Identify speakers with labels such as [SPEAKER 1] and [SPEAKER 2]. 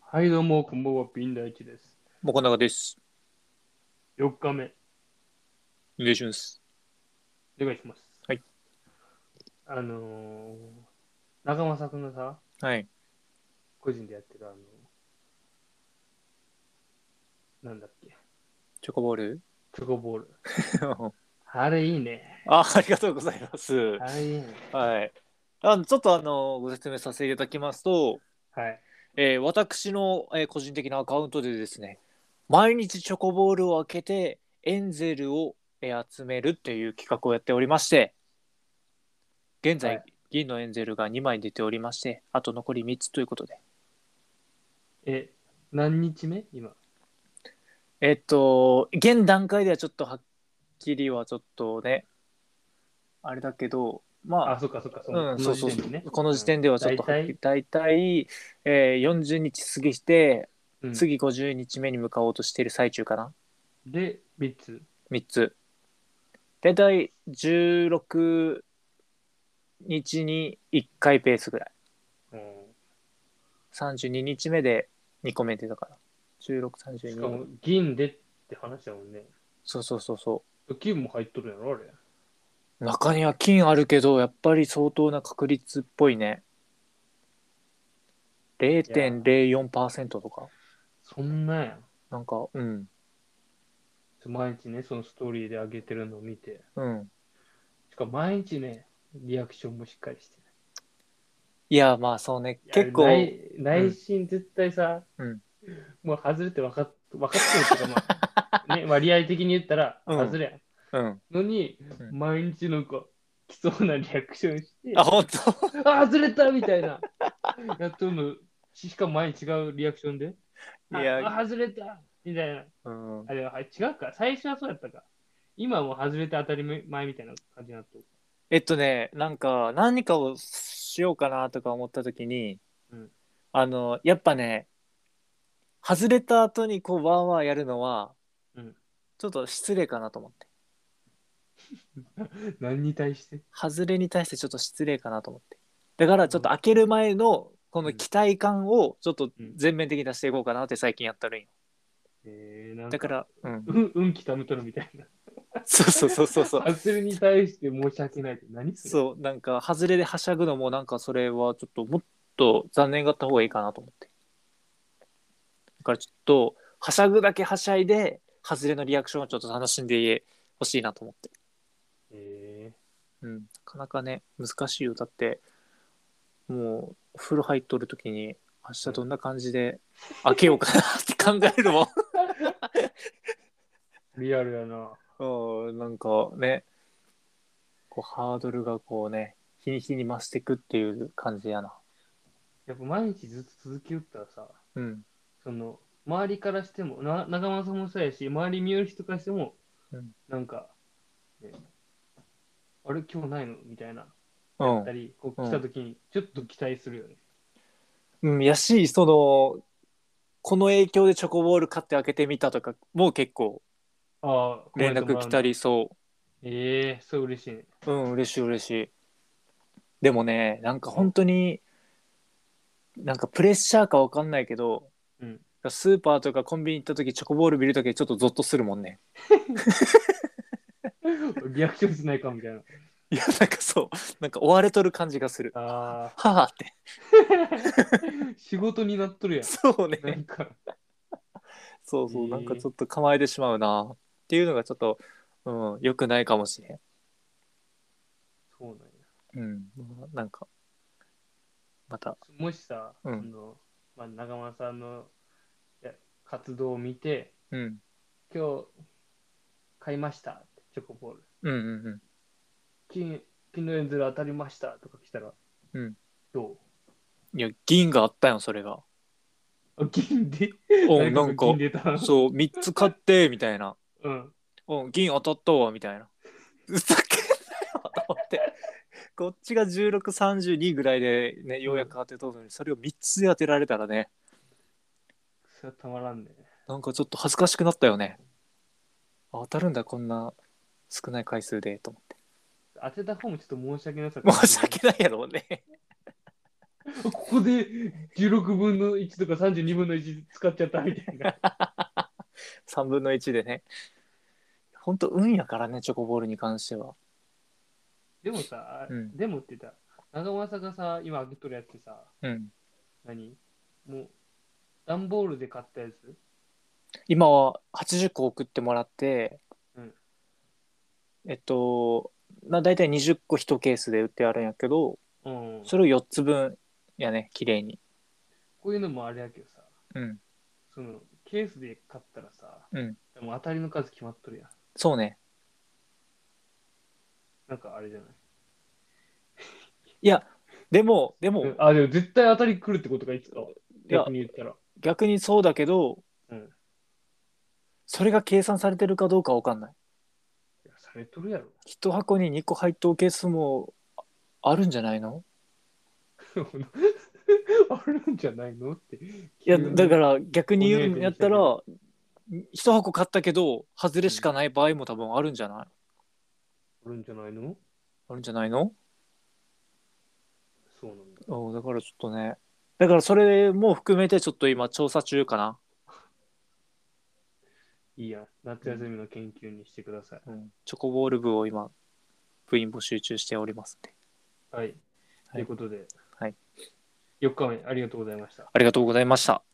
[SPEAKER 1] はい、どうも、こんばんは、ピンダイチです。
[SPEAKER 2] もこながです。
[SPEAKER 1] 4日目、
[SPEAKER 2] お願いします。
[SPEAKER 1] お願いします。
[SPEAKER 2] はい。
[SPEAKER 1] あのー、中間くんがさ、
[SPEAKER 2] はい。
[SPEAKER 1] 個人でやってるあの、なんだっけ、
[SPEAKER 2] チョコボール。
[SPEAKER 1] チョコボール。あれいいね。
[SPEAKER 2] あ、ありがとうございます。
[SPEAKER 1] あれいいね。
[SPEAKER 2] はい。あのちょっとあのご説明させていただきますと、
[SPEAKER 1] はい。
[SPEAKER 2] えー私の、えー個人的なアカウントでですね、毎日チョコボールを開けてエンゼルを、えー集めるっていう企画をやっておりまして、現在、
[SPEAKER 1] はい
[SPEAKER 2] 銀のエンゼルが2枚出ておりまして、あと残り3つということで。
[SPEAKER 1] え、何日目今。
[SPEAKER 2] えっと、現段階ではちょっとはっきりはちょっとね、あれだけど、
[SPEAKER 1] あ、
[SPEAKER 2] まあ、
[SPEAKER 1] そっかそっか、そ
[SPEAKER 2] うん、そうそう
[SPEAKER 1] 時点でね
[SPEAKER 2] この時点ではちょっとはっきり、大体、えー、40日過ぎして、
[SPEAKER 1] うんうん
[SPEAKER 2] 次50日目に向かおうとしている最中かな、
[SPEAKER 1] で、3つ。
[SPEAKER 2] 3つ。大体16日に1回ペースぐらい。
[SPEAKER 1] うん
[SPEAKER 2] 32日目で2個目出たから。16、
[SPEAKER 1] しかも
[SPEAKER 2] 32。、
[SPEAKER 1] 銀でって話だもんね。
[SPEAKER 2] そうそうそうそう。
[SPEAKER 1] 金も入っとるやろ、あれ。
[SPEAKER 2] 中には金あるけどやっぱり相当な確率っぽいね0.04%とか
[SPEAKER 1] そんなんやん。
[SPEAKER 2] なんかうん
[SPEAKER 1] 毎日ね、そのストーリーで上げてるのを見て、
[SPEAKER 2] うん
[SPEAKER 1] しかも毎日ね、リアクションもしっかりしてね
[SPEAKER 2] いやまあそうね
[SPEAKER 1] いや
[SPEAKER 2] 結構
[SPEAKER 1] 内内心絶対さ、
[SPEAKER 2] うん
[SPEAKER 1] もう外れて分かっ分かってるっていうか、ま あね、割合的に言ったら、
[SPEAKER 2] うん
[SPEAKER 1] 外れ
[SPEAKER 2] うん
[SPEAKER 1] やん。のに、
[SPEAKER 2] うん
[SPEAKER 1] 毎日なんか、来そうなリアクションして、
[SPEAKER 2] あ本当
[SPEAKER 1] あ、外れたみたいな。やっとんの、ししかも毎日違うリアクションで、あ
[SPEAKER 2] いや
[SPEAKER 1] あ、外れたみたいな。
[SPEAKER 2] うん
[SPEAKER 1] あれは違うか、最初はそうやったか。今はもう外れて当たり前みたいな感じになってる。
[SPEAKER 2] えっとねなんか何かをしようかなとか思った時に、
[SPEAKER 1] うん
[SPEAKER 2] あのやっぱね外れた後にこうワーワーやるのは、
[SPEAKER 1] うん
[SPEAKER 2] ちょっと失礼かなと思って
[SPEAKER 1] 何に対して
[SPEAKER 2] 外れに対してちょっと失礼かなと思ってだからちょっと開ける前のこの期待感をちょっと全面的に出していこうかなって最近やったるんよ
[SPEAKER 1] えー、なん
[SPEAKER 2] だ
[SPEAKER 1] か
[SPEAKER 2] から、うん、
[SPEAKER 1] うん、うんきたむとるみたいな。
[SPEAKER 2] そうそうそうそうそう
[SPEAKER 1] ハズレに対して申し訳ないって何それ
[SPEAKER 2] そうなんか外れではしゃぐのもなんかそれはちょっともっと残念がった方がいいかなと思ってだからちょっとはしゃぐだけはしゃいで外れのリアクションをちょっと楽しんでほしいなと思って
[SPEAKER 1] え
[SPEAKER 2] うん、なかなかね難しいよだってもうお風呂入っとる時に明日どんな感じで開けようかなって考えるも
[SPEAKER 1] ー、リアルやな。
[SPEAKER 2] ん、 うん、なんかねこうハードルがこうね日に日に増していくっていう感じやな
[SPEAKER 1] やっぱ毎日ずっと続きよったらさ、
[SPEAKER 2] うん
[SPEAKER 1] その、周りからしても、な仲間さんもそうやし、周り見よる人からしても、
[SPEAKER 2] うん
[SPEAKER 1] なんか、ねあれ今日ないのみたいな。
[SPEAKER 2] う
[SPEAKER 1] あった
[SPEAKER 2] ん、
[SPEAKER 1] り、こ
[SPEAKER 2] う
[SPEAKER 1] うん来た時に、ちょっと期待するよね。
[SPEAKER 2] うん、やしそのこの影響でチョコボール買って開けてみたとかもう結構
[SPEAKER 1] ああ、
[SPEAKER 2] 連絡来た
[SPEAKER 1] り。
[SPEAKER 2] りそう
[SPEAKER 1] ええー、そう嬉しいね。
[SPEAKER 2] うん、嬉しい嬉しい。でもね、なんか本当に、なんかプレッシャーかわかんないけど、
[SPEAKER 1] うん。
[SPEAKER 2] スーパーとかコンビニ行った時チョコボール見るだけちょっとゾッとするもんね。
[SPEAKER 1] リアクションしないかみたいな。
[SPEAKER 2] いや、なんかそう、なんか追われとる感じがする。は
[SPEAKER 1] ああ、
[SPEAKER 2] ぁって。
[SPEAKER 1] 仕事になっとるやん。
[SPEAKER 2] そう
[SPEAKER 1] な
[SPEAKER 2] ね。
[SPEAKER 1] んか。
[SPEAKER 2] そうそう、
[SPEAKER 1] えー
[SPEAKER 2] なんかちょっと構えてしまうなっていうのがちょっと、うん、良くないかもしれん。
[SPEAKER 1] そうなんや。
[SPEAKER 2] うん、まあなんか、また、
[SPEAKER 1] もしさ、
[SPEAKER 2] うん
[SPEAKER 1] あのまあ、長間さんのいや活動を見て、
[SPEAKER 2] うん、
[SPEAKER 1] 今日買いましたって、チョコボール。
[SPEAKER 2] うんうんうん。
[SPEAKER 1] 金金のエンゼル当たりましたとか来たら、
[SPEAKER 2] うん
[SPEAKER 1] ど
[SPEAKER 2] いや、銀があったよ、それ が。
[SPEAKER 1] うあ金で
[SPEAKER 2] お
[SPEAKER 1] 誰
[SPEAKER 2] なんか
[SPEAKER 1] が、金出 た
[SPEAKER 2] そう、3つ買って、みたいな。
[SPEAKER 1] うん。
[SPEAKER 2] うん、銀当たったわ、みたいな。ふざけんなよ、と思って。こっちが16、32ぐらいでね、ようやく当てとるのに、それを3つ当てられたらね、
[SPEAKER 1] それはたまらんね。
[SPEAKER 2] なんかちょっと恥ずかしくなったよね。あ当たるんだ、こんな少ない回数で、と思って。
[SPEAKER 1] 当てた方もちょっと申し訳なさ
[SPEAKER 2] 申し訳ないやろうね。
[SPEAKER 1] ここで16分の1とか32分の1使っちゃったみたい な。
[SPEAKER 2] 3分の1でね本当運やからねチョコボールに関しては
[SPEAKER 1] でもさ、
[SPEAKER 2] うん
[SPEAKER 1] でもって言った長政がさ、今開けとるやつさ、
[SPEAKER 2] うん
[SPEAKER 1] 何もう、段ボールで買ったやつ
[SPEAKER 2] 今は80個送ってもらって、
[SPEAKER 1] うん
[SPEAKER 2] えっとまあ大体20個1ケースで売ってあるんやけど
[SPEAKER 1] うん。
[SPEAKER 2] それを4つ分やね綺麗に
[SPEAKER 1] こういうのもあれやけどさ、
[SPEAKER 2] うん
[SPEAKER 1] その、ケースで買ったらさ、
[SPEAKER 2] うん
[SPEAKER 1] でも当たりの数決まっとるやん。
[SPEAKER 2] そうね
[SPEAKER 1] なんかあれじゃない
[SPEAKER 2] いやでもでも、
[SPEAKER 1] うんあ、でも絶対当たり来るってことか、いつか。
[SPEAKER 2] いや
[SPEAKER 1] 逆に言ったら。
[SPEAKER 2] 逆にそうだけど
[SPEAKER 1] うん。い
[SPEAKER 2] それが計算されてるかどうかわかんない
[SPEAKER 1] や、されとるやろ。
[SPEAKER 2] 一箱に2個入っておケースもああるんじゃないの
[SPEAKER 1] あるんじゃないのって。い
[SPEAKER 2] いやだから逆に言うんやった
[SPEAKER 1] お
[SPEAKER 2] ら一箱買ったけど外れしかない場合も多分あるんじゃない
[SPEAKER 1] あるんじゃないの
[SPEAKER 2] あるんじゃないの
[SPEAKER 1] そうなんだ。
[SPEAKER 2] おだからちょっとねだからそれも含めてちょっと今調査中かな、
[SPEAKER 1] いいや、夏休みの研究にしてください。
[SPEAKER 2] チョコボール部を今部員募集中しておりますんで
[SPEAKER 1] はい。ということで、
[SPEAKER 2] はい
[SPEAKER 1] 4日目ありがとうございました。
[SPEAKER 2] ありがとうございました